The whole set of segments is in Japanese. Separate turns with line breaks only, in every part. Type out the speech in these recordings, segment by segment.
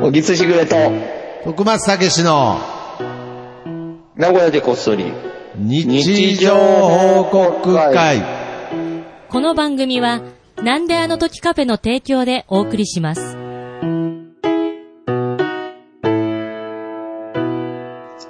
野木津しぐれと、
徳松たけしの
名古屋でこっそり。
日常報告会。
この番組は、なんであの時カフェの提供でお送りします。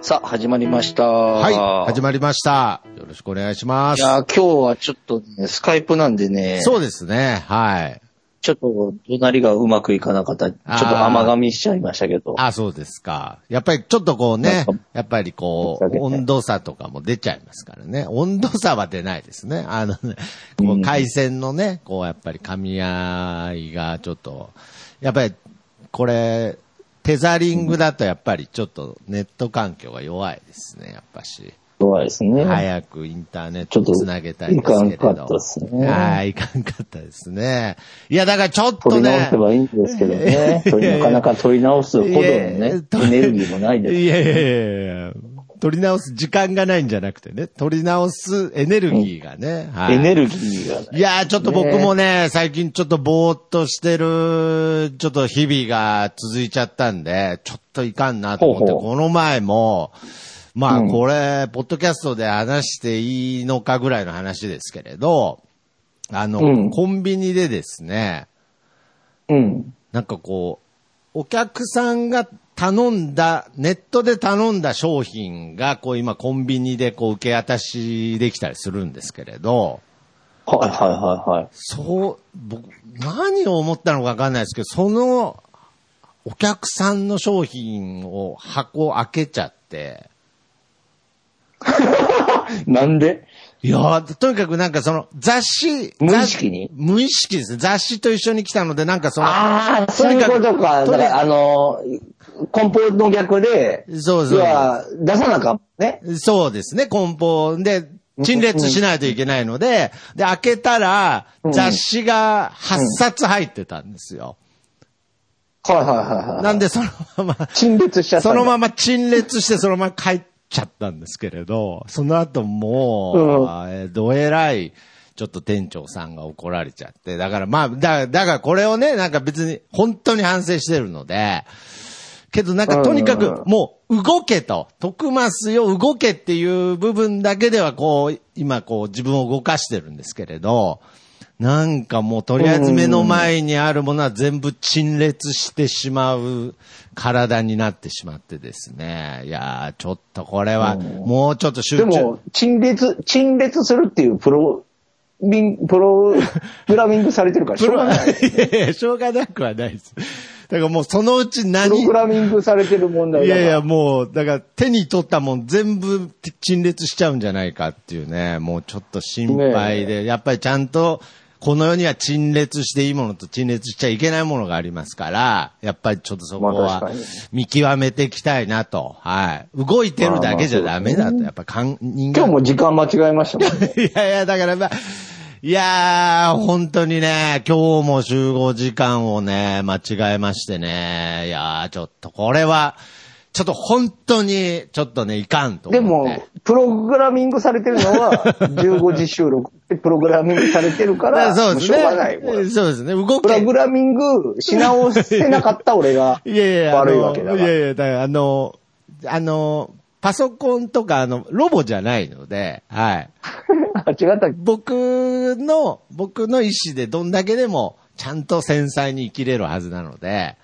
さあ、始まりました。
はい、始
ま
まりました。よろしくお願いしま
い
す。
やー、今日はちょっとね、スカイプなんでね、
そうですね、はい。
ちょっと、隣がうまくいかなかった。ちょ
あー
っと甘噛みしちゃいましたけど。
あ、そうですか。やっぱりちょっとこうね
なんか、
やっぱりこう
申し、訳ない
温度差とかも出ちゃいますからね。温度差は出ないですね。あのね、こう回線のね、こうやっぱり噛み合いがちょっと、やっぱりこれ、テザリングだとやっぱりちょっとネット環境が弱いですね、やっぱし。
怖いですね。
早くインターネットにつなげたいですけれど。
ちょっといかんかったですね
はい、いかんかったですね。いや、だからちょっと
取り直
ね
せ。ばいいんですけどね。取りなかなか取り直すほどのね、エネルギーもないです。
いやいやいやいや取り直す時間がないんじゃなくてね、取り直すエネルギーがね。はい
エネルギーがない
いやー、ちょっと僕もね、最近ちょっとぼーっとしてる、ちょっと日々が続いちゃったんで、ちょっといかんなと思って、
ほうほう
この前も、まあ
うん
これ、ポッドキャストで話していいのかぐらいの話ですけれど、あの、
うん
コンビニでですね、
うん。
なんかこう、お客さんが頼んだ、ネットで頼んだ商品が、こう今コンビニでこう受け渡しできたりするんですけれど、
はいはいはいはい。
そう、僕、何を思ったのかわかんないですけど、その、お客さんの商品を箱を開けちゃって、
なんで
いやーとにかくなんかその雑誌、
無意識に
雑無意識ですね。雑誌と一緒に来たので、なんかその、
ああ、そういうことか。だ
と
か、
にから
あの、梱包の逆で、
そうそう
要は、出さなあかんね。
そうですね、梱包で、陳列しないといけないので、で、開けたら、
うん
雑誌が8冊入ってたんですよ。
はいはいはいはい。
なんでその まま、
陳列しちゃった。
そのまま陳列して、そのまま帰っちゃったんですけれど、その後
う
も
ん
う、えーどえらい、ちょっと店長さんが怒られちゃって、だからまあ、だだからこれをね、なんか別に本当に反省してるので、けどなんかとにか
うん
くもう動けと、徳ますよ動けっていう部分だけではこう、今こう自分を動かしてるんですけれど、なんかもうとりあえず目の前にあるものは全部陳列してしまう体になってしまってですね。いやー、ちょっとこれはもうちょっと集
で
中。
も、陳列、陳列するっていうプロ、ビン、プログラミングされてるから、しょうがない。
いやいや、しょうがなくはないです。だからもうそのうち
プロ
何
グ、ラミングされてる問題
い
だか
や
ら。
いや、もう、だから手に取ったもん全部陳列しちゃうんじゃないかっていうね、もうちょっと心配で、やっぱりちゃんと、この世には陳列していいものと陳列しちゃいけないものがありますから、やっぱりちょっとそ
ま
こ
あ
は
確かに
見極めていきたいなと。はい。動いてるだけじゃダメだと。やっぱかん人
今
間
日も時間間違えましたもんね。
いやいや、だからまあ、いやー、本当にね、今日も集合時間をね、間違えましてね、いやー、ちょっとこれは、ちょっと本当に、ちょっとね、いかんと思
で
って。
も、プログラミングされてるのは、15時収録でプログラミングされてるか、
だからら そうです
も
ね。
しょうがない。これ
そうですね。動
プ
け
ログラミングし直せなかった俺が
いやいや、あの
悪いわけだか
いや
ら。
いや、だからあの、あの、パソコンとか、あの、ロボじゃないので、はい。
あ 違ったっけ
僕の、僕の意思でどんだけでも、ちゃんと繊細に生きれるはずなので、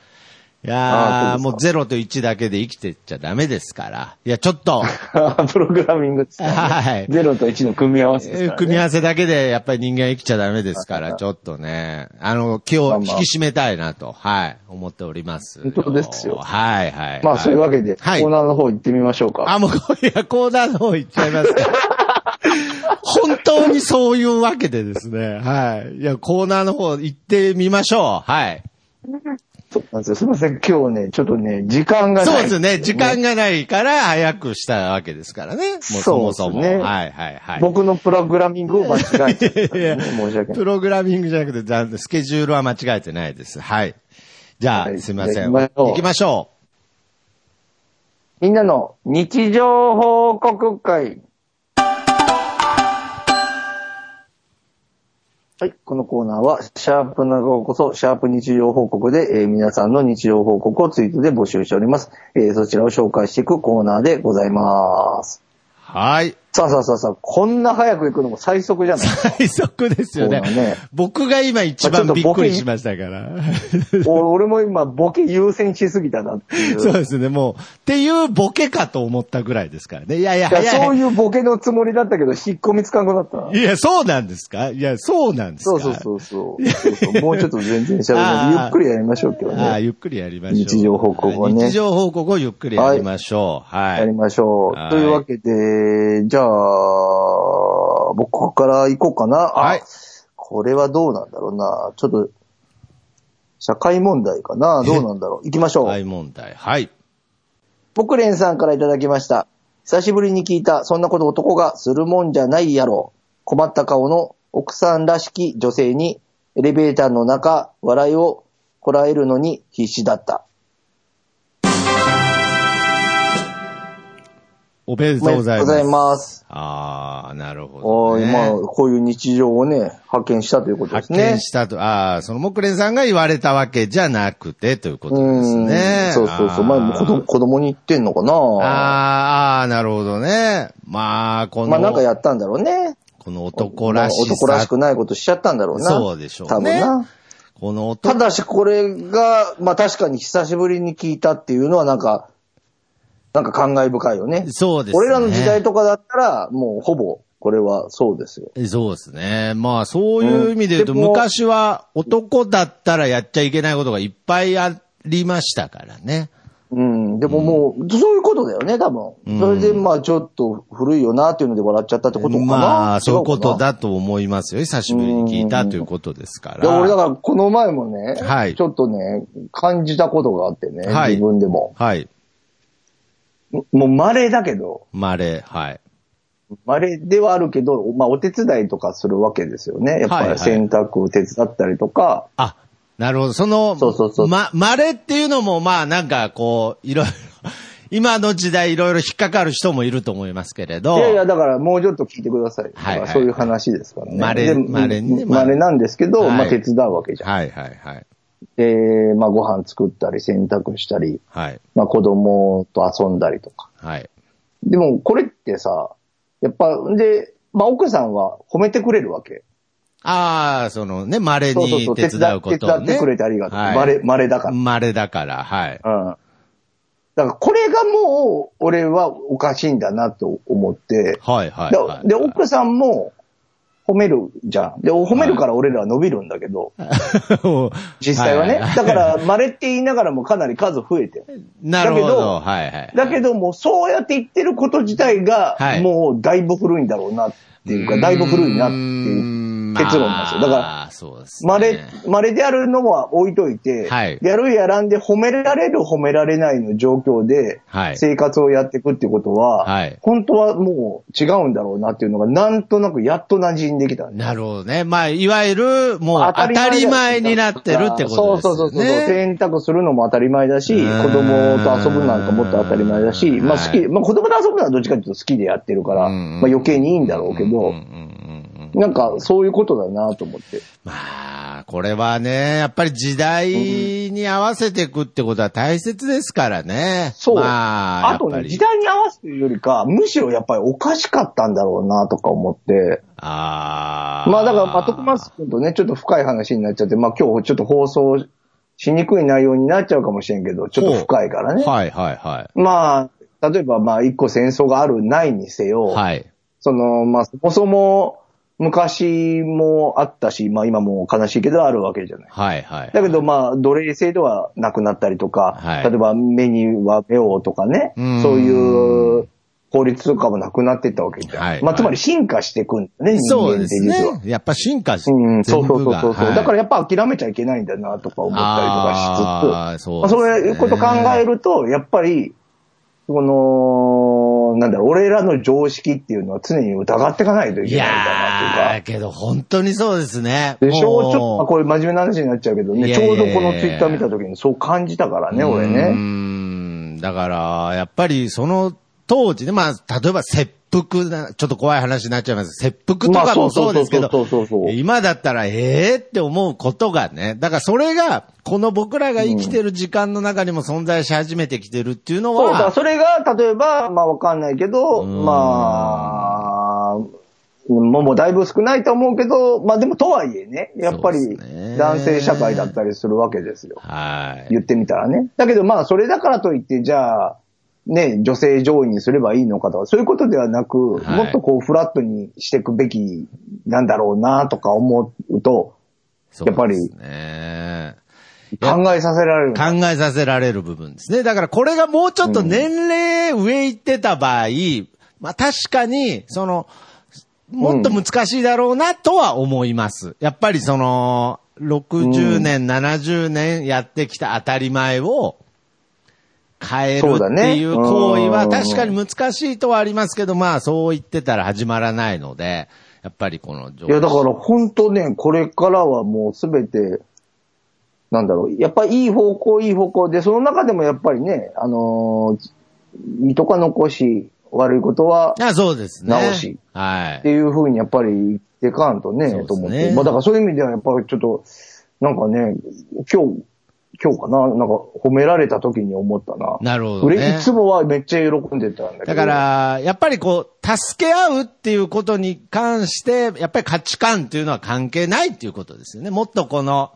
いや
あーそう
ー、
ですか
もう0と1だけで生きてっちゃダメですから。いや、ちょっ と、
プログラミングって言った
は
ね。
い。
0と1の組み合わせです
え
から
ー
ね
組み合わせだけで、やっぱり人間生きちゃダメですから、ちょっとね、あの、気を引き締めたいなと、はい、思っております。
本当ですよ
はい、はい。
まあ
はい
そういうわけで、コ
はい
ーナーの方行ってみましょうか。
あ、もう、いや、コーナーの方行っちゃいま すか。本当にそういうわけでですね。はい。いや、コーナーの方行ってみましょう。はい。
そうなんですよ。すみません。今日ね、ちょっとね、時間がない。
そうですね。時間がないから早くしたわけですからね。もうそもそ
そう
も。
ですね
はいはいはい。
僕のプログラミングを間違えちゃった。
いや
申し訳ない
プ。ログラミングじゃなくて残念、スケジュールは間違えてないです。はい。じゃ
は
あ、
い
すいません。
じゃあ行きましょう
行きましょ
みんなの日常報告会。
う。
はい。このコーナーは、シャープなごこそ、シャープ日常報告で、えー皆さんの日常報告をツイートで募集しております。えーそちらを紹介していくコーナーでございます。
はい。
さあさあさあさあ、こんな早く行くのも最速じゃない
最速ですよね
そうだね
僕が今一
まあちょ
番
っと
びっ
僕
くりしまし たから。
お俺も今、ボケ優先しすぎたなっていう。
そうですね、もう、っていうボケかと思ったぐらいですからね。いやいや、
いや
早い。
そういうボケのつもりだったけど、引っ込みつかんくなったな。
いや、そうなんですかいや、そうなんですか
そうそうそうそうそうそう。もうちょっと全然喋 らない。ゆっくりやりましょう、今日
ああ、
ね。
ゆっくりやりましょう。
日常報告をね
日常報告をゆっくりやりましょう。はい。
やりましょ。
はいう
というわけで、じゃあ、僕から行こうかな。あ
はい
これはどうなんだろうな。ちょっと、社会問題かな。どうなんだろう。行きましょう。
はい、問題。はい。
僕連さんからいただきました。久しぶりに聞いた、そんなこと男がするもんじゃないやろ。困った顔の奥さんらしき女性に、エレベーターの中、笑いをこらえるのに必死だった。
おめでとうござい
おめでと
ます。
うございます
ああ、なるほ
お
ど、
い
ね。
まあ、こういう日常をね、発見したということです
発
ね。
見したと、ああ、その木蓮さんが言われたわけじゃなくてということです
う
ね
ん。そうそうそう。まあ、子供子供に言ってんのか
あ
な
あああ、なるほどね。まあ、この、
まあ、なんかやったんだろうね。
この男らし
まあ男らし
さ。
くないことしちゃったんだろうな。
そうでしょうね
多分な。
この男
ただし、これが、まあ確かに久しぶりに聞いたっていうのはなんか、なんか感慨深いよね。
そうですね。
俺らの時代とかだったら、もうほぼ、これはそうですよ。
そうですね。まあ、そういう意味で言うと、
うんでも
昔は男だったらやっちゃいけないことがいっぱいありましたからね。
うん。でももう、そういうことだよね、多
うん
分。それで、まあちょっと古いよなっていうので笑っちゃったってことかな。
まあ、
違
そういう
かな
こと。だと思いますよ。久しぶりに聞いたということですか
で
ら。
俺だから、この前もね、
はい
ちょっとね、感じたことがあってね、
はい
自分でも。
はい。
もう稀だけど、
まれ、はい。
稀ではあるけど、まあお手伝いとかするわけですよね。やっ
はい
ぱ
はい
り洗濯を手伝ったりとか、
あ、なるほど。その、
そうそうそう
ま、まれっていうのも、まあ、なんか、こう、いろ いろ、今の時代いろいろ引っかかる人もいると思いますけれど。
いやいや、だからもうちょっと聞いてください。
はいはい
そういう話ですからね。
稀
で
稀にね
うん稀なんですけど、
はい
まあ手伝うわけじゃん。
はいはいはい。
で、まあご飯作ったり、洗濯したり、
はい。
まあ子供と遊んだりとか。
はい。
でもこれってさ、やっぱ、で、まあ奥さんは褒めてくれるわけ。
ああ、そのね、稀
そうそうそ
に
う、
手伝うこと
手
をね
伝ってくれてありがとう。
はい
稀、稀だから。うん。
稀だから、はい。
だからこれがもう、俺はおかしいんだなと思って、
はいはい、
で
はい。
で、奥さんも褒めるじゃん。で、褒めるから俺らは伸びるんだけど、 実際はね。だか、ら、稀って言いながらもかなり数増えてる。
なるほ
だけ
ど、
ど
はいはい。
だけども、そうやって言ってること自体が
はい、
もうだいぶ古いんだろうなっていうか、だいぶ古いなっていう結論なんですよ。だから、
ら、そうです、ね。
稀、稀であるのは置いといて、
はい
やるやらんで褒められる褒められないの状況で
はい、
生活をやっていくっていうことは、
はい
本当はもう違うんだろうなっていうのが、なんとなくやっと馴染んできたね。
なるほどね。まあ、いわゆる、もう当たり前になってるってことですよね。
そうそうそうそう。洗濯するのも当たり前だし、子
うん
供と遊ぶなんかもっと当たり前だし、まあ好き、
はい
まあ子供と遊ぶのはどっちかというと好きでやってるから、
うんう
まあ
ん
余計にいいんだろうけど、
うんうんうん
なんかそういうことだなと思って。
まあ、これはね、やっぱり時代に合わせていくってことは大切ですからね。
そう。
まあ、
あと
やっぱ
ね、
り
時代に合わせてるよりか、むしろやっぱりおかしかったんだろうなとか思って、
ああ。
まあだから、まあ、徳松君とね、ちょっと深い話になっちゃって、まあ今日ちょっと放送しにくい内容になっちゃうかもしれんけど、ちょっと深いからね。
はいはいは
まあ、例えばまあ一個戦争があるないにせよ、
い。はい。
その、まあ、そもそも昔もあったし、まあ今も悲しいけどあるわけじゃない。
はいはい。
だけどまあ、奴隷制度はなくなったりとか、
はい
例えば目には目をとかね、
うん
そういう法律とかもなくなっていったわけじゃん。
はい
まあ、つまり進化していくんだね、人
そう
間
で
って
す
実は。
ね。やっぱ進化して、
うん、そうそうそうそうそう、だから
やっ
やっぱ諦めちゃいけないんだなとか思ったりとか
あー
しつつ、
そう
まあそう
ですね
いうこと考えると、やっぱり、この、なんだろう、俺らの常識っていうのは常に疑っていかないとい
い
けないんだな
や
とい
ー、
うか。
けど本当にそうですね。
でしょ
も
ちょっと、まあこれ真面目な話になっちゃうけど
い
ね、
や
ち
いや
ょ
いうや
どこのツイッター見た時にそう感じたからね、俺
うー
ね。
ん。だから、やっぱりその当時ね、まあ、例えば切腹な、ちょっと怖い話になっちゃいます。切腹と
まあ
かも
そそう
そううですけど
そうそうそうそう、
今だったら、ええって思うことがね、だからそれが、この僕らが生きてる時間の中にも存在し始めてきてるっていうの
そうだ、
は、
それが、例えば、まあわかんないけど、
うん
まあ、もうもうだいぶ少ないと思うけど、まあでもとはいえね、やっぱ
そう
り
ですね
男性社会だったりするわけですよ。
はい。
言ってみたらね。だけどまあそれだからといって、じゃあ、ね、女性上位にすればいいのかとか、そういうことではなく、
はい
もっとこうフラットにしていくべきなんだろうなとか思うと、
そう
やっぱり
ですね。
考えさせられる。
考えさせられる部分ですね。だからこれがもうちょっと年齢上行ってた場合、まあ確かに、その、もっと難しいだろうなとは思います。やっぱりその、60年、70年やってきた当たり前を変える
そうだ
っ
ね
ていう行為
う
は
ん
確かに難しいとはありますけど、まあそう言ってたら始まらないので、やっぱりこの状
いや、だから本当ね、これからはもうすべて、なんだろう、やっぱりいい方向、いい方向で、その中でもやっぱりね、あのー、いいとか残し、悪いことは、
あそうですね。
直し。
はい
っ。ていうふうにやっぱり言ってかんとね、
そうですね
と思って。まあだからそういう意味ではやっぱりちょっと、なんかね、今日、今日かな、なんか褒められた時に思ったな。
なるほどね
俺いつもはめっちゃ喜んでたんだけど。
だか、ら、やっぱりこう、助け合うっていうことに関して、やっぱり価値観っていうのは関係ないっていうことですよね。もっとこの、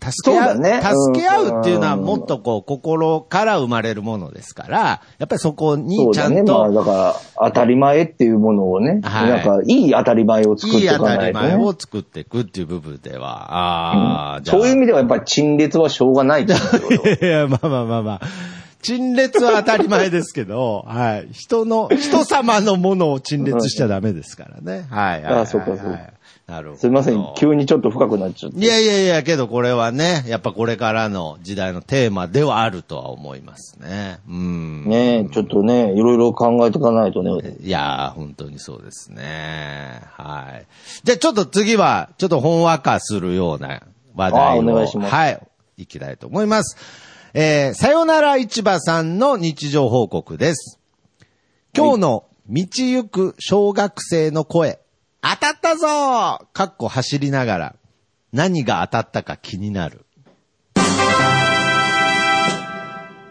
助け合う、
そうだねうん
助け合うっていうのはもっとこう、心から生まれるものですから、やっぱりそこ
そ
に
う
ち
だ
ゃ
ね。
ん
まあ
と、
だから、当たり前っていうものをね、
はい
なんかいい当たり前を作っ
いい
てい
当
か
た
な
り
いと、
前
ね。
を作っていくっていう部分では、ああ、じゃあ。
そういう意味ではやっぱり陳列はしょうがないと思うよ
いや、まあまあまあまあ。陳列は当たり前ですけど、はい。人の、人様のものを陳列しちゃダメですからね。はい。はい
あそうかそうか
はいなるほど。
すいません、急にちょっと深くなっちゃって。
いやいやいや、けどこれはね、やっぱこれからの時代のテーマではあるとは思いますね。うん。
ねえ、ちょっとね、いろいろ考えていかないとね。
いやー、本当にそうですね。はい。じゃあちょっと次は、ちょっとほんわかするような話題を。
あーお願いします
はい。いきたいと思います。えー、さよなら市場さんの日常報告です。今日の道行く小学生の声、当たったぞーかっこ走りながら、何が当たったか気になる。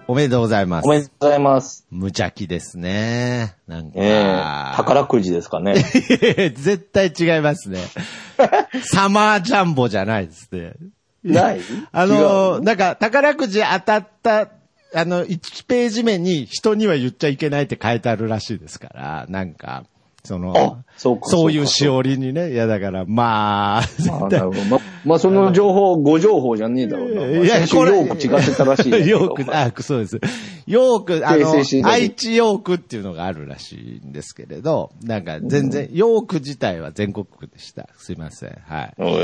おめでとうございます
お。めでとうございます。
無邪気ですね。なんか。
ええ宝くじですか ね。
絶対違いま すね。サマージャンボじゃないですね。
ない
あ
違
の、
う
なんか、宝くじ当たった、あの、1ページ目に人には言っちゃいけないって書いてあるらしいですから、なんか、その
あ、そうか
いうしおりにね、いやだから、まあ、絶
あな
対
るほどま、まあ、その情報、ご情報じゃねえだろうな。まあ先週ヨーク違ってたらしいんだけ ど。
ヨーク、あ、そうです。ヨーク、あ
訂正してい
の、
ただいて
愛知ヨークっていうのがあるらしいんですけれど、なんか全然、ヨーク自体は全国区でした。すいません。はい。
まあうん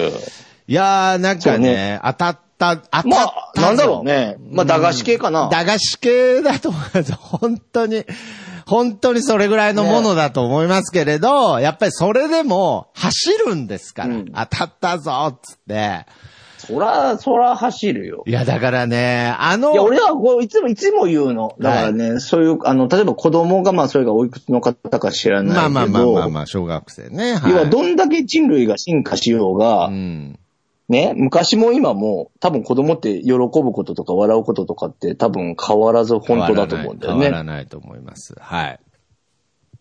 いやー、なん
そ
か
う
ね、
ね
当たった、当たったぞ。
まあ、なんだろうね。まあ、駄菓子系かな。
駄菓子系だと思います。 本当に、本当にそれぐらいのものだと思いますけれど、やっぱりそれでも走るんですから、
うん
当たったぞ、つって。
そら、そら走るよ。
いや、だからね、あの、
いや、俺はこう、いつも、いつも言うの。だからね、そういう、あの、例えば子供が、まあ、それがおいくつの方か知らないけど。
まあまあまあまあまあ、小学生ね。はい、
要は、どんだけ人類が進化しようが、
うん。
ね、昔も今も、多分子供って喜ぶこととか笑うこととかって多分変わらず本当だと思うんだよ
変わ
ね
ら。ないと思います。はい。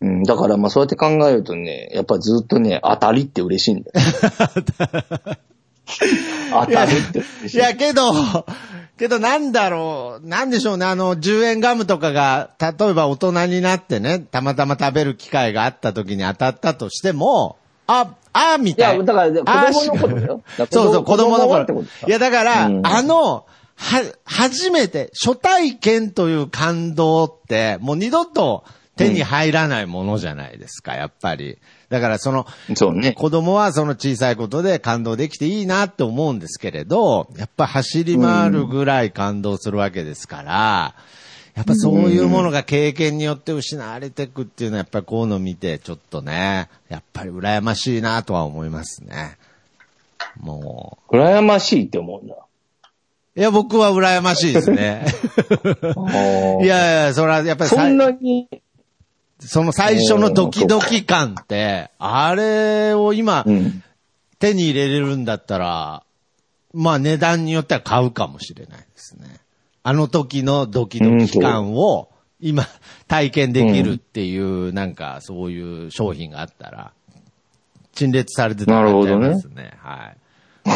うん、だからまあそうやって考えるとね、やっぱずっとね、当たりって嬉しいんだ よ。当たりって嬉し
い
い。
や、けど、けどなんだろう、なんでしょうね、あの、10円ガムとかが、例えば大人になってね、たまたま食べる機会があった時に当たったとしても、あ、あみ
い
た
や、
いな。
だから子
あ
供の頃だよ。だから
そうそう、子供
は
の頃
ってことで。す
いや、だから、
うん
あの、は、初めて、初体験という感動って、もう二度と手に入らないものじゃないですか、やっぱり。だから、その、
そうね。
子供はその小さいことで感動できていいなって思うんですけれど、やっぱ走り回るぐらい感動するわけですから、やっぱそういうものが経験によって失われていくっていうのはやっぱりこういうの見てちょっとね、やっぱり羨ましいなとは思いますね。も
羨ましいって思うんだ。
う。いや、僕は羨ましいですね。
あー
いやいや、それはやっぱりさ
そんなに、
その最初のドキドキ感って、あれを今
うん。
手に入れれるんだったら、まあ値段によっては買うかもしれないですね。あの時のドキドキ感を今体験できるっていう、なんかそういう商品があったら、陳列されてたら買っちゃいますね。は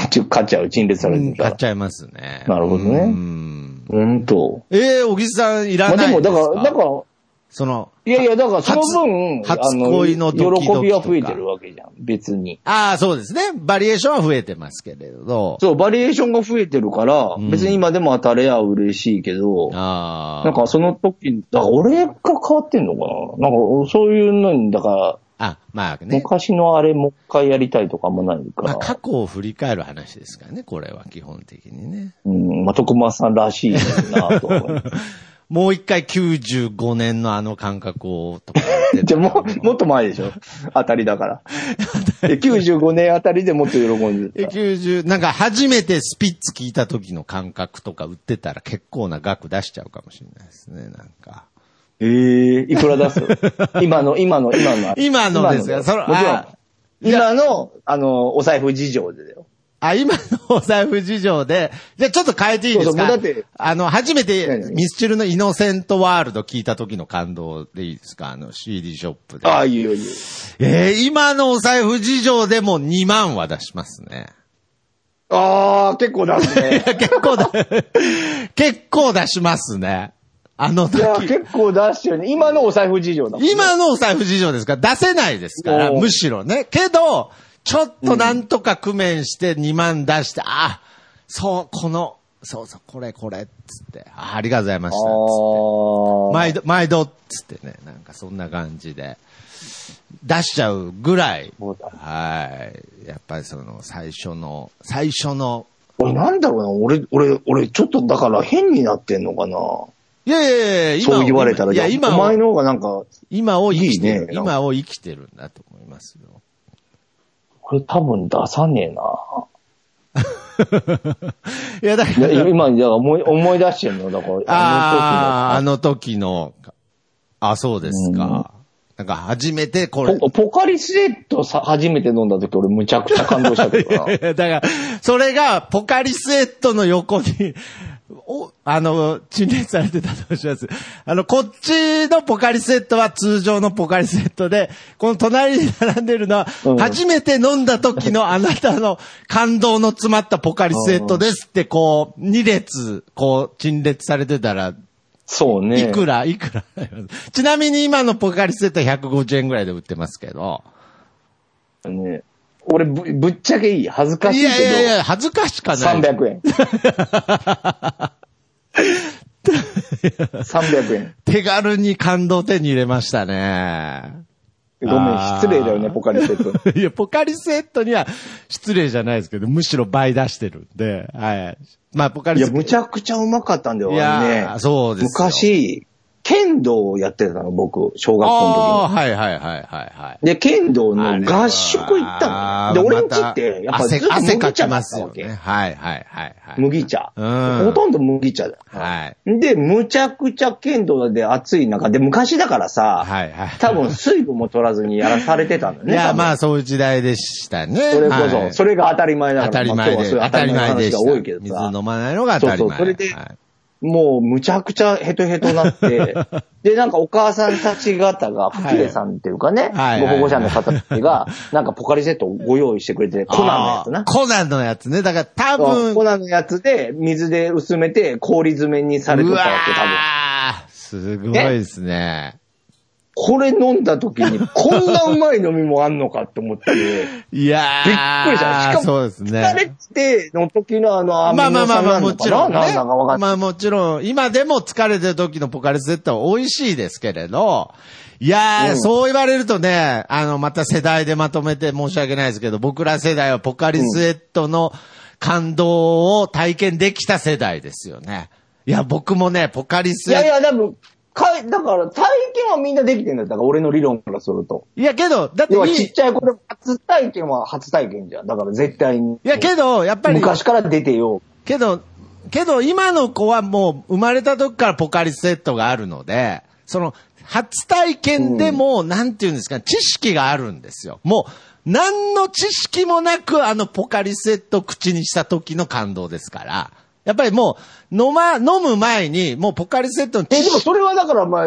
い。
ちょ買っちゃう、陳列されて
買
た
っ
ら。
ちゃいますね。
なるほどね
うん
本当。
ええ小木さんい
まあ
ら
で
ないん
も、
で
だ
す
か、
から
だから、
その、
いやいや、だからその
初
分、
初
あ
恋のドキドキとか
喜びは増えてるわけじゃん、別に。
ああ、そうですね。バリエーションは増えてますけれど。
そう、バリエーションが増えてるから、
ん
別に今でも当たれや嬉しいけど、
ああ。
なんかその時、だから俺が変わってんのかななんかそういうのに、だから、
あ、まあね。
昔のあれもう一回やりたいとかもないか
ま
ら、
あ、過去を振り返る話ですからね、これは基本的にね。
うん、まあ、徳間さんらしいなと 思う。
もう一回95年のあの感覚をとかやっ て
じゃあもう、もっと前でしょ当たりだ から。え95年あたりでもっと喜んで
え
た。
90、なんか初めてスピッツ聞いた時の感覚とか売ってたら結構な額出しちゃうかもしれないですね、なんか。
ええいくら出 す今の、今の、今の。
今のですがそれ
もちろん
あ。
今の、あの、お財布事情でだよ。
あ、今のお財布事情で、じゃあちょっと変えていいです
そうそ
か
うもうだって
あの、初め
何
て
何
ミスチルのイノセントワールド聞いた時の感動でいいですかあの CD ショップで。
ああ、いいよいいよ。
えー今のお財布事情でも2万は出しますね。
ああ、結構出すね
い。や結構だ、結構出しますね。あの
い
時
や、。結構出してるね。今のお財布事情だもんね。
今のお財布事情ですから、出せないですから、
おー
むしろね。けど、ちょっとなんとか工面して2万出して、あ、そう、この、そうそう、これこれ、つって、あありがとうございました、つって。
ああ。
毎度、毎度、つってね、なんかそんな感じで、出しちゃうぐらい、
そうだ
はい。やっぱりその、最初の、最初の、
俺なんだろうな。俺、俺、俺、ちょっとだから変になってんのかな。
いやいやいや、今を
そう言われたら、
いや、今
お
を
前の方がなんか、
今を生きてる
いいね
今を生きてるんだと思いますよ。
これ多分出さねえな。
いや、だか
いや
ら、
今、だから思い思い出してんの、だから。
ああ、あ
の
の時の、あ、そうですか。なんか初めてこ
時
れ
の。ポ、ポカリスエットさ、初めて飲んだ時、俺むちゃくちゃ感動したけ どな。
だから、それがポカリスエットの横に、お、あの、陳列されてたとおっしゃいます。あの、こっちのポカリスエットは通常のポカリスエットで、この隣に並んでるのは、
うん
初めて飲んだ時のあなたの感動の詰まったポカリスエットですって、こう、2列、こう、陳列されてたら、
そうね。
いくら、いくらありますちなみに今のポカリスエットは150円ぐらいで売ってますけど。
ね俺ぶ、ぶっちゃけいい。恥ずかし
い
いけど。
やいやいや、恥ずかしかない。
300円。300円。
手軽に感動を手に入れましたね。
ごめん、
あー
失礼だよね、ポカリスエット。
いや、ポカリスエットには失礼じゃないですけど、むしろ倍出してるんで、 はい。まあ、ポカ
い
リス
や、
エット。
むちゃくちゃうまかったんだよ、
い
あれ
や
ね。
そうですよ。
昔、剣道をやってたの、僕、小学校の時に
あ。あ、はいはいはいはいはい。
で、剣道
あれ
の
は
合宿行ったの。で、
あー
俺んちって、やっぱずっと
また汗、汗か
麦
き
茶だ
ま
っ
す
た
よ
わけ。
ね。はいはいはいはい。
麦茶、
うん
ほとんど麦茶だ。
はい。
で、むちゃくちゃ剣道で暑い中で、昔だからさ、
はいはい
多 分水分も取らずにやらされてたんだよ
い
ね。
や、
あ、
まあ、そういう時代でしたね。
それこそ、
はい
それが当たり前だから
当、たり
まあ
前
今
で
日
す。
は
当たり前で
そういう当たり前の話が多
した
いけどさ
水飲まないのが当たり前。
そうそうそれで
はい
もうむちゃくちゃヘトヘトにな って、で、なんかお母さんたち方が、父兄さんっていうかね、
はい
ご保護者の方たちが、なんかポカリセットをご用意してくれて、コナンのやつ
あー
な。
コナンのやつね。だから多
そう
分、
粉のやつで水で薄めて氷詰めにされて
う
たわ
わ
け、多分。
ーすごいですね。
これ飲んだ時 に、こんなうまい飲みもあんのかって思って、
いや
びっくりした。しか
そう
も、
です
疲れ
ね。
ての時のあの、アミ
まあまあ
ノ
ま
酸
あまあ、
なの
も
か
ち
な、
ろん、
なん
ね。
だかわかんない。
まあもちろん、今でも疲れてる時のポカリスエットは美味しいですけれど、いやー、
うん
そう言われるとね、あの、また世代でまとめて申し訳ないですけど、僕ら世代はポカリスエットの感動を体験できた世代ですよね。いや、僕もね、ポカリ
い
スエッ
や
ト
いや、多分、かい、だから体験はみんなできてんだよ。だから俺の理論からすると。
いやけど、だってい
要はち
い
っ、ちゃい子でも初体験は初体験じゃん。だから絶対に。
いやけど、やっぱり、
昔から出てよ。
けど、けど今の子はもう生まれた時からポカリスエットがあるので、その、初体験でも、なんていうんですか、知識があるんですよ。もう、何の知識もなく、あのポカリスエットを口にした時の感動ですから。やっぱりもう、飲ま、飲む前に、もうポカリスエットの知
え、でも
識。
それはだからお前、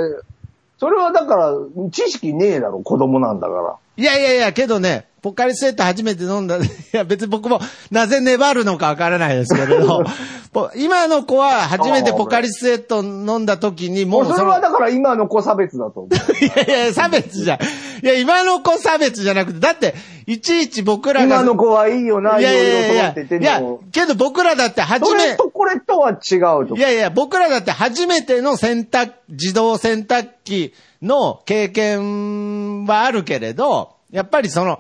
それはだから、知識ねえだろ、子供なんだから。
いやいやいや、けどね、ポカリスエット初めて飲んだ。 いや、別に僕も、なぜ粘るのかわからないですけれ ど、ぽ今の子は初めてポカリスエット飲んだ時に、も
も
う
うそれ
の
はだから今の子差別だと思う。
いやいや、差別じゃん。いや、今の子差別じゃなくて、だって、いちいち僕らが。
今の子はいいよな、
い
いろ
やい
いろ
や
と
い
思
や
って言って
い
ん
や
のも、
けど僕らだって初
そ
め
れ、とこれとは違うと
い。やいや、僕らだって初めての洗濯、自動洗濯機の経験はあるけれど、やっぱりその、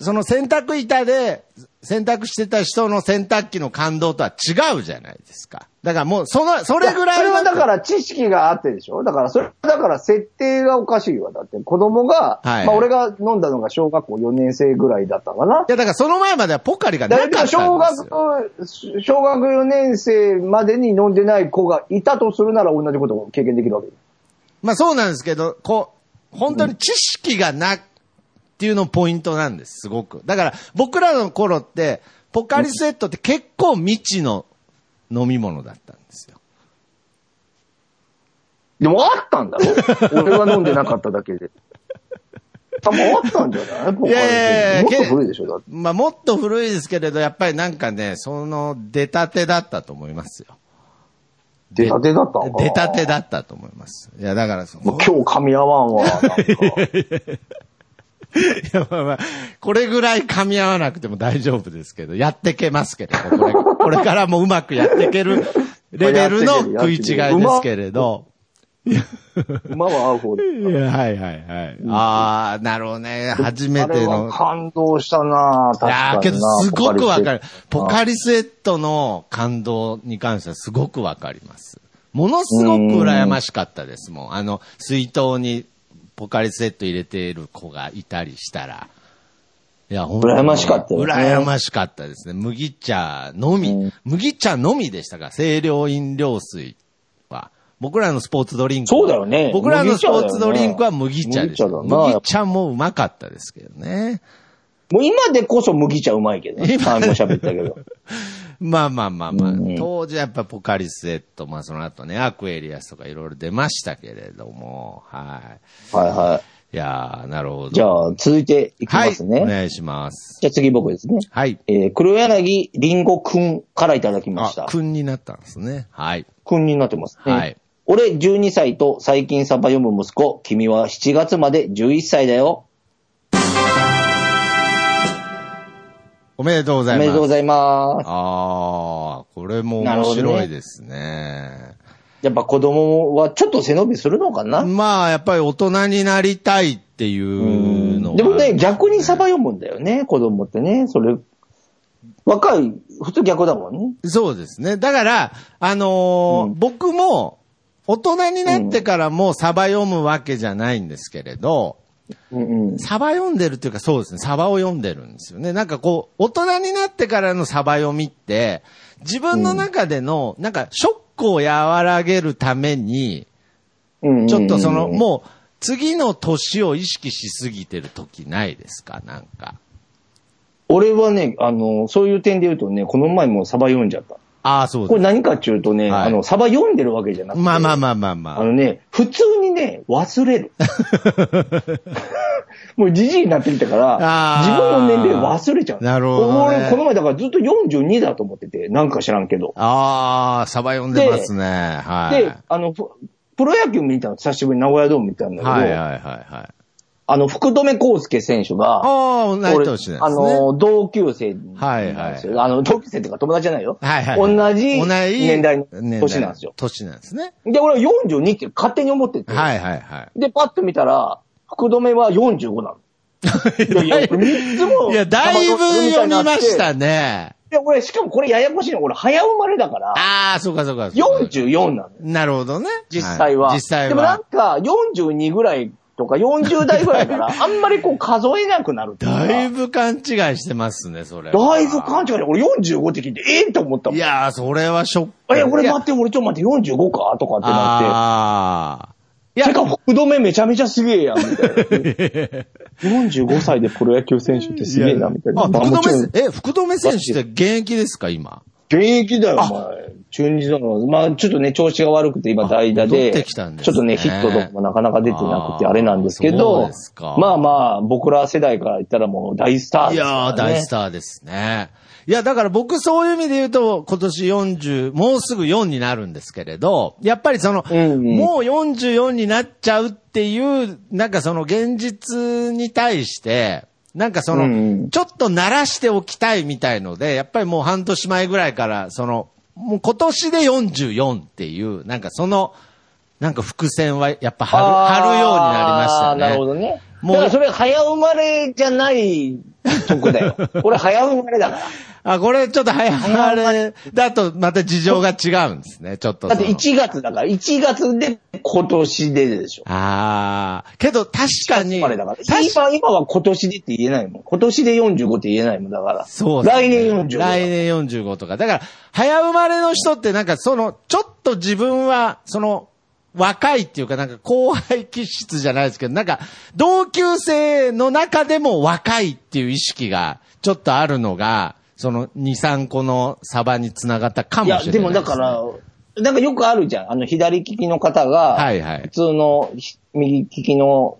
その洗濯板で洗濯してた人の洗濯機の感動とは違うじゃないですか。だからもう、その、それぐらい、
それはだからら知識があってでしょだから、それ、だから設定がおかしいわ。だって子供が、
はい
まあ俺が飲んだのが小学校4年生ぐらいだったかな。
いやだからその前まではポカリがなか
だ
っ
け
たん
ど
です
小
よ。
学、小学4年生までに飲んでない子がいたとするなら同じことを経験できるわけ。
まあそうなんですけど、こう、本当に知識がなっていうのポイントなんです、すごく。だから僕らの頃って、ポカリスエットって結構未知の飲み物だったんですよ。
でもあったん だろ俺は飲んでなかっただけで。多分あったんじゃないポカリ
いやいやいや
もっと古いでしょだって。
まあもっと古いですけれど、やっぱりなんかね、その出たてだったと思いますよ。
出たてだったのかな
出たてだったと思います。いや、だからそ
も
の
う、今日噛み合わ んわ。なんか
いやまあまあこれぐらい噛み合わなくても大丈夫ですけど、やってけますけれど、これこれからもうまくやっていけるレベルの食い違いですけれど。
馬は合う方で。
いやはいはいはい。ああ、なるほどね。初めて
あれは
の。
感動したなぁ、確か
い
にな。
やーけどすごくわかる。ポ
リ
カリスエットの感動に関してはすごくわかります。ものすごく羨ましかったですもん。あの、水筒にポカリスエット入れている子がいたりしたら。いや、本当に
羨ましかったよね
羨ましかったですね。麦茶のみ、
うん
麦茶のみでしたから、清涼飲料水は。僕らのスポーツドリンクは。
そうだよね
僕らのスポーツドリンクは麦茶で
麦
す。
茶だよな
麦茶もうまかったですけどね。
もう今でこそ麦茶うまいけどね。あもう喋ったけど。
まあまあまあまあ、
うん
当時はやっぱポカリスエット、まあその後ね、アクエリアスとかいろいろ出ましたけれども、は。
はいはい
いやー、なるほど。
い。じ
あ、
ゃあ、続いていきますね。
はい、お願いします。
じゃあ次僕ですね。
はい。
えー、黒柳りんごくんからいただきまし
あ
た、。
君になったんですね。はい。
くんになってますね。
はい
俺12歳と最近サバ読む息子、君は7月まで11歳だよ。
おめでとうござ
お
いま
め
す。
でとうございます。
あー、これも面白いですね。
やっぱ子供はちょっと背伸びするのかな、
まあ、やっぱり大人になりたいっていうのが
でもね、逆にサバ読むんだよね、子供ってね。それ、若い、普通逆だもんね。
そうですね。だから、あの
う
ー
ん
僕も、大人になってからもサバ読むわけじゃないんですけれど、
うんうん。
サバ読んでるっていうかそうですね、サバを読んでるんですよね。なんかこう、大人になってからのサバ読みって、自分の中での、なんかショックを和らげるために、
うんうんうん
ちょっとその、もう、次の年を意識しすぎてる時ないですかなんか。
俺はね、あの、そういう点で言うとね、この前もサバ読んじゃった。
ああ、そう
こ
で
れ何かっていうとね、
はい
あの、サバ読んでるわけじゃなく
す。
て。
まあまあまあまあま
あ
あ。
のね、普通にね、忘れ る。もうじじいになってきたから、
あー
自分の年齢忘れちゃう。
なるほどね
俺、この前だからずっと42だと思ってて、なんか知らんけど。
ああ、サバ読んでますね。はい。
で、あの、ププロ野球見たの、久しぶりに名古屋ドーム見たんだけど、
はいはいはいはい。
あの、福留康介選手
あ
が、
あ、同い年なんですね。
あの、同級生なんですよ。
はいは
あの、同級生っていうか友達じゃないよ。
はいはい。
同じ年代の年なんですよ。
年なんですね。
で、俺は42って勝手に思ってて、
はいはいは
で、パッと見たら、福留は45なの。いやいや、3つも。
い。いや、だいぶ読みまし
い
たね。
や、俺、しかもこれややこしいの。俺、早生まれだから、
ああ、そうかそうか。そうか
44なの。
なるほどね。
実際は。
い実際
でもなん
は。
か、42ぐらいとか、40代ぐらいから、あんまりこう数えなくなるっていうか。
だいぶ勘違いしてますね、それは。
だいぶ勘違いで。俺45って聞いて、ええって思ったも
い
ん。
やー、それはショック。
え、俺
いや
待って、俺ちょっと待って、45かとかってなって。
ああ。いや
て、か、福留めちゃめちゃすげえやん、みたいな。45歳でプロ野球選手ってすげえな、みたいな。
あ、福
まあもちろん
留、え、福留選手って現役ですか、今。
現役だよ、お前。中日なの。まあ、ちょっとね、調子が悪くて、今、代打
戻
で、
ってき
ち
た
ょ
ん
っ
ですね
とね、ヒットとかもなかなか出てなくて、あれなんですけ
そう
ど
ですか、
まあまあ、僕ら世代から言ったらもう大スター
い
です
やー、
からね
大スターですね。いや、だから僕そういう意味で言うと、今年40、もうすぐ4になるんですけれど、やっぱりその、
うんうん
もう44になっちゃうっていう、なんかその現実に対して、なんかその、
うんうん
ちょっと慣らしておきたいみたいので、やっぱりもう半年前ぐらいから、その、もう今年で44っていう、なんかその、なんか伏線はやっぱ張る、張るようになりまし
あ
たね。
ーなるほどね。
もう
だからそれ早生まれじゃない得だ よ。俺早生まれだか
あ、これちょっと早あれだとまた事情が違うんですね、ちょっと
ら。
そ
だっ
の。
て1月だから、1月で今年ででしょ。
ああ、けど確かに、
生まれだから
確か
今今は今年でって言えないもん。今年で45って言えないもんだから。
そうですね
来年45。
来年45とか。だから、早生まれの人ってなんかその、ちょっと自分は、その、若いっていうかなんか後輩気質じゃないですけど、なんか、同級生の中でも若いっていう意識がちょっとあるのが、その2、3個のサバにつながったかも
い
しれな
や、
いです、ね。
でもだから、なんかよくあるじゃん。あの、左利きの方が、
はいはい
普通のひ右利きの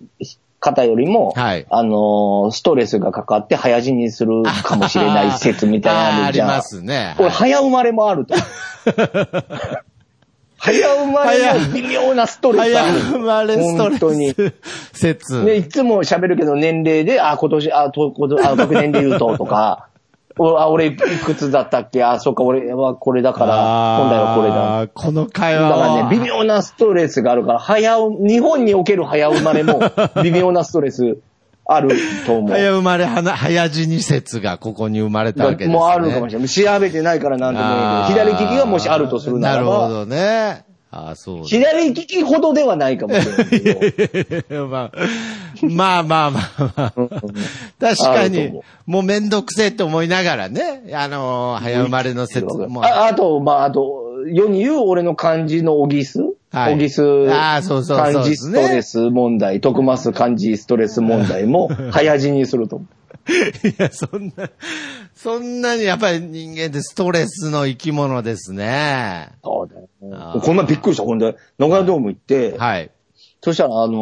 方よりも、
はい
あのー、ストレスがかかって早死にするかもしれない説みたいなの
あー
あ
あ
るじ
り
ゃん。
ますね。
これ、早生まれもあ ると。早生まれの微妙なストレスあ
早
る。
生まれストレ
本当に。
ス説。
ね、いつも喋るけど年齢で、あ、今年、あ、とことあ学年で言うと、と か、おあ、俺いくつだったっけあ、そっか、俺はこれだから、本来はこれだ。
あー。この会
だ
話
から
は。
ね、微妙なストレスがあるから、早う、日本における早生まれ も、微妙なストレスあると思う。
早生まれはな、早死に説がここに生まれたわけですね。
もうあるかもしれない。調べてないからなんとも言えないけど、左利きがもしあるとするなら
なるほ
ば、
どね。ああ、そう だ
左利きほどではないかもしれないけど。
まあ、まあまあまあまあ。確か
あると
に
思、
もうめんどくせえって思いながらね、あのー、早生まれの 説も。
ああと、まあ、あと、世に言う俺の漢字のおぎす
はい
おぎす
あーそうそうそう
漢字ストレス問題、徳ます漢字ストレス問題も早死にすると思う。
いや、そんな、そんなにやっぱり人間ってストレスの生き物ですね。
そうだよね
あー
こんなびっくりした。ほんで、野川ドーム行って、
はい。
そしたら、あの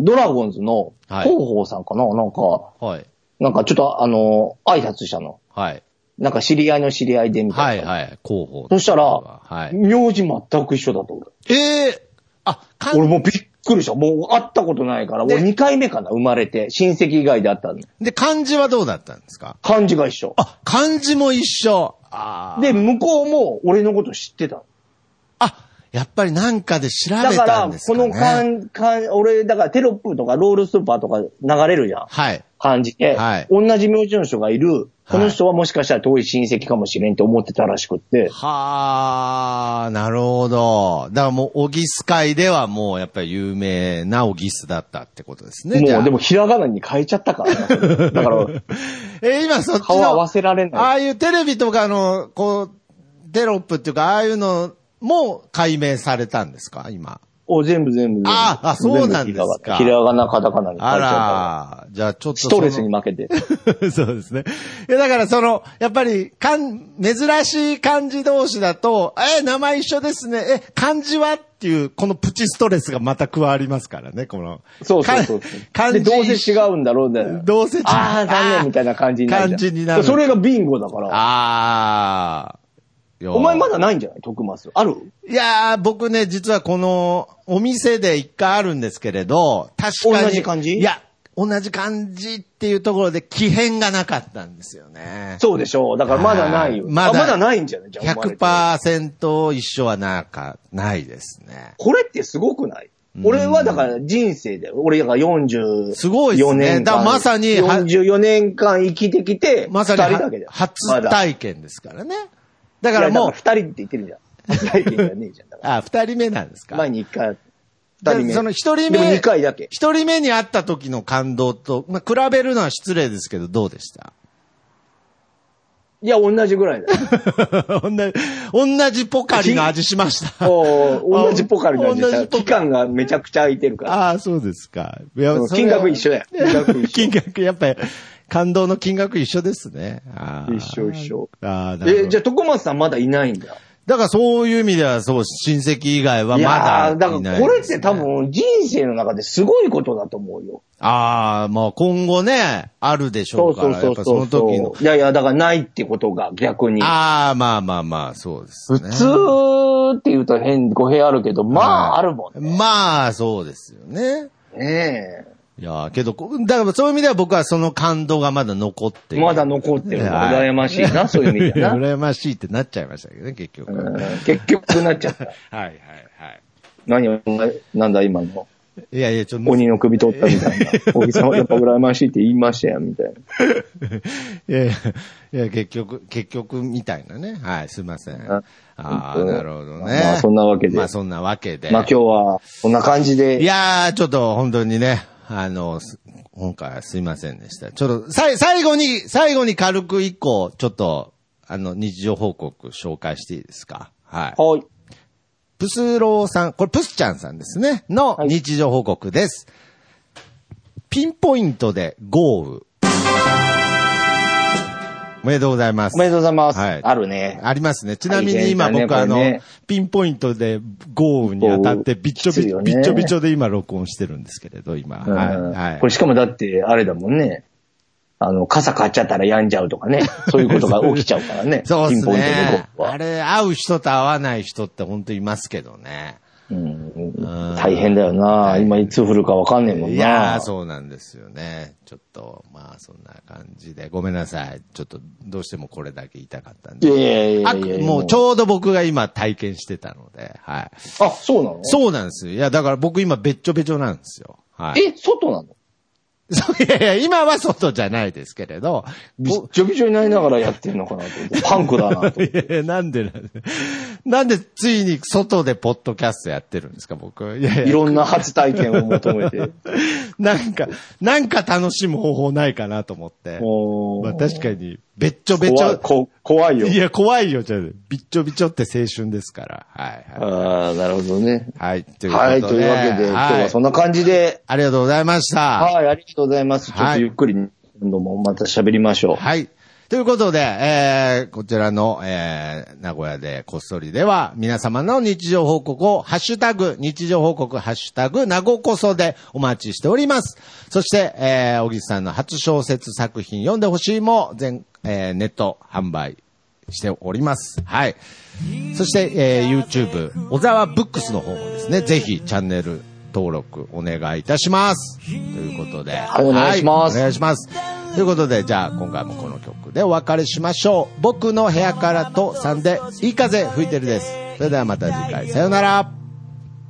ードラゴンズの
はい
広報さんかな、なんか、
はい。
なんかちょっとあのー挨拶したの。
はい。
なんか知り合いの知り合いでみた
はいい
な。
はい。広報。
そしたら、
はい。
名字全く一緒だと思う。
ええあ、か
俺もうびっくりした。もう会ったことないから、
で
俺2回目かな、生まれて。親戚以外で会ったの。
で、漢字はどうだったんですか
漢字が一緒。
あ、漢字も一緒。あで、
で、向こうも俺のこと知ってたの。
あ、やっぱりなんかで調
だ
べ
か
た
ら、
んです
こ
かね。
の漢、漢、俺、だからテロップとかロールスーパーとか流れるじゃん。
はい。
漢字で。
はい
同じ名字の人がいる。この人はもしかしたら遠い親戚かもしれんって思ってたらしくって。
はあ、なるほど。だからもう、オギス界ではもう、やっぱり有名なオギスだったってことですね。じゃ
も
あ
う、でも、ひらがなに変えちゃったからなそ れだから、
えー今そっちの。
顔合わせられない
ああいうテレビとかの、こう、テロップっていうか、ああいうのも解明されたんですか今。
お、全部全部全部。
ああそうなん
全部
ですか
ひらがな、ひらがなカタカナに変えちゃっ
あ
たから。
ら、じゃあちょっと
ス
そ
ト
の。
レスに負けて。
そうですね。いや、だからその、やっぱり、かん、珍しい漢字同士だと、え、名前一緒ですね、え、漢字はっていう、このプチストレスがまた加わりますからね、この。
そうそうそうそう。
か漢
で、
字。
どうせ違うんだろうね。
どうせ違う
ああ、残念みたいな感じになるじゃん。
感じになる
それがビンゴだから。
ああ。
お前ま
だ
だないんじゃない徳マス。ある
いやー、僕ね、実はこの、お店で一回あるんですけれど、確かに。
同じ漢字
いや、同じ漢字っていうところで、奇変がなかったんですよね。
そうでしょう。だからまだないよ。
あーまだ
あまだないんじゃないじゃあお前
100%一緒はなんか、ないですね。
これってすごくない俺はだから人生で、俺だから40、
すごいっすねだからまさには
44年間生きてきて、
まさに
二人だけだよ。
初
まだ
体験ですからね。だ
いや
からもう、
二人って言ってるじゃん。 初体験じゃねえじゃん。だか
あ、二人目なんです
ら
か。
前に一回、
で
二人目。
その一人目
でも二回だけ。
一人目に会った時の感動と、まあ、比べるのは失礼ですけど、どうでした
いや、同じぐらいだよ。
同じ、同じポカリの味しました。
おー同じポカリの味
同
だ
じポカ
期間がめちゃくちゃ空いてるから。
ああ、そうですか。いや
うん
それ
金額一緒だよ金額一緒
金額やっぱり、感動の金額一緒ですね。あー
一緒一緒。
ああ、なるほ
え、
ど
じゃあ、徳松さんまだいないんだよ。
だからそういう意味では、そう、親戚以外はまだ
ーだか
い
ら
ないですね
これって多分人生の中ですごいことだと思うよ。
ああ、まあ今後ね、あるでし
そ
ょ
う
うか
そう
ら、やっぱそ
そう
の時の
そ。う。いやいや、だからないってことが逆に。
ああ、まあまあまあ、そうですね。
普通って言うと変、語弊あるけど、まあ、あ
はい
るもんね。
まあ、そうですよね。
ね
いやー、けど、こだからそういう意味では僕はその感動がまだ残って
え。
る。
まだ残ってるの。
はい
羨ましいな、そういう意味
い
で
や
な。うん
羨ましいってなっちゃいましたけどね、結局。はい
結局なっちゃ った。
はいはい。
何を、なんだ今の。
いやいや、ちょっと、
鬼の首取ったみたい な。小木さんはやっぱ羨ましいって言いましたやん、みたいな。
いやいや、いや結局、結局みたいなね。はい、すいません。あ
あ
あ
う
ー、
ん
なるほどね。
まあそんなわけで
まあそんなわけで。
まあ今日は、こんな感じで。
いやー、ちょっと本当にね、あの、す今回はすいませんでした。ちょっと、さい、最後に、最後に軽く一個、ちょっと、あの、日常報告紹介していいですかはい。
はい。
プスローさん、これプスちゃんさんですね、の
い
日常報告です。ピンポイントで豪雨。おめでとうございます。
おめでとうございます。
はい
あるね。
ありますね。ちなみに今
大変だね
僕あの、
これね
ピンポイントで豪雨に当たってびっちょび
きつい
ちょ、
よ
び
ね
っちょびちょで今録音してるんですけれど、今。
うん
はい。はい。
これしかもだって、あれだもんね。あの、傘買っちゃったら病んじゃうとかね。そういうことが起きちゃうからね
そうで
ピン
す
ポイントで
ね。
ゴッホ
あ
は
れ、会う人と会わない人って本当いますけどね。
うん
うん
大変だよな。今いつ降るかわかんねえもんな。
いやー、そうなんですよね。ちょっと、まあ、そんな感じで。ごめんなさい。ちょっと、どうしてもこれだけ言いたかったん
いや
で。
いやいや
あ
いや
もうちょうど僕が今体験してたので、はい。
あ、そうなの
そうなんですよ。いや、だから僕今べっちょべちょなんですよ。はい。
え、外なの
そういやいや、今は外じゃないですけれど。
びっちょびちょになりながらやってんのかなと思って。パンクだな と。
いやいやなんでなんで、なんでついに外でポッドキャストやってるんですか、僕。いや
い
いや、
ろんな初体験を求め て。
なんか、なんか楽しむ方法ないかなと思って。
もう
まあ確かに、べっちょべち
怖い
ょ。
こ怖いよ。
いや、怖いよ、じゃあ、びっちょびちょって青春ですから。はい、はい。
ああ、なるほどね。
はい、ということで。
はい、というわけで、今日はそん
い
な感じで、
ありがとうございました。
はい、ありがとうございます。ちょっ
は
と
い
ゆっくり、今度もまた喋りましょう。
はい。ということで、えー、こちらの、えー、名古屋でこっそりでは、皆様の日常報告を、ハッシュタグ、日常報告、ハッシュタグ、名古こそでお待ちしております。そして、えー、小木さんの初小説作品読んでほしいも、全、えー、ネット販売しております。はい。そして、えー YouTube、小沢ブックスの方もですね、ぜひチャンネル登録お願いいたします。ということで。はい
お願いします
お願いします。ということで、じゃあ今回もこの曲でお別れしましょう。僕の部屋からと3で、いい風吹いてるです。それではまた次回、さようなら。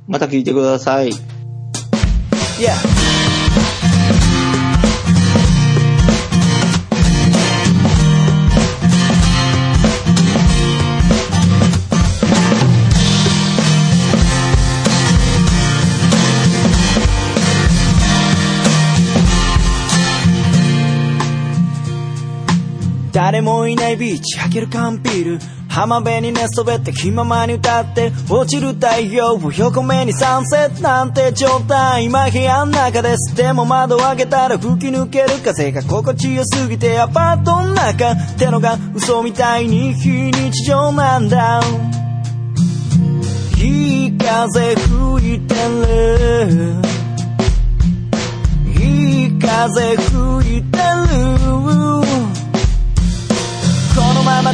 また聞いてください。
誰もいないビーチ開ける缶ビール浜辺に寝そべって気ままに歌って落ちる太陽を横目にサンセットなんて状態今部屋の中ですでも窓を開けたら吹き抜ける風が心地よすぎてアパートの中ってのが嘘みたいに非日常なんだいい風吹いてるいい風吹いてるこのまま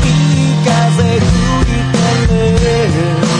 い風吹いてる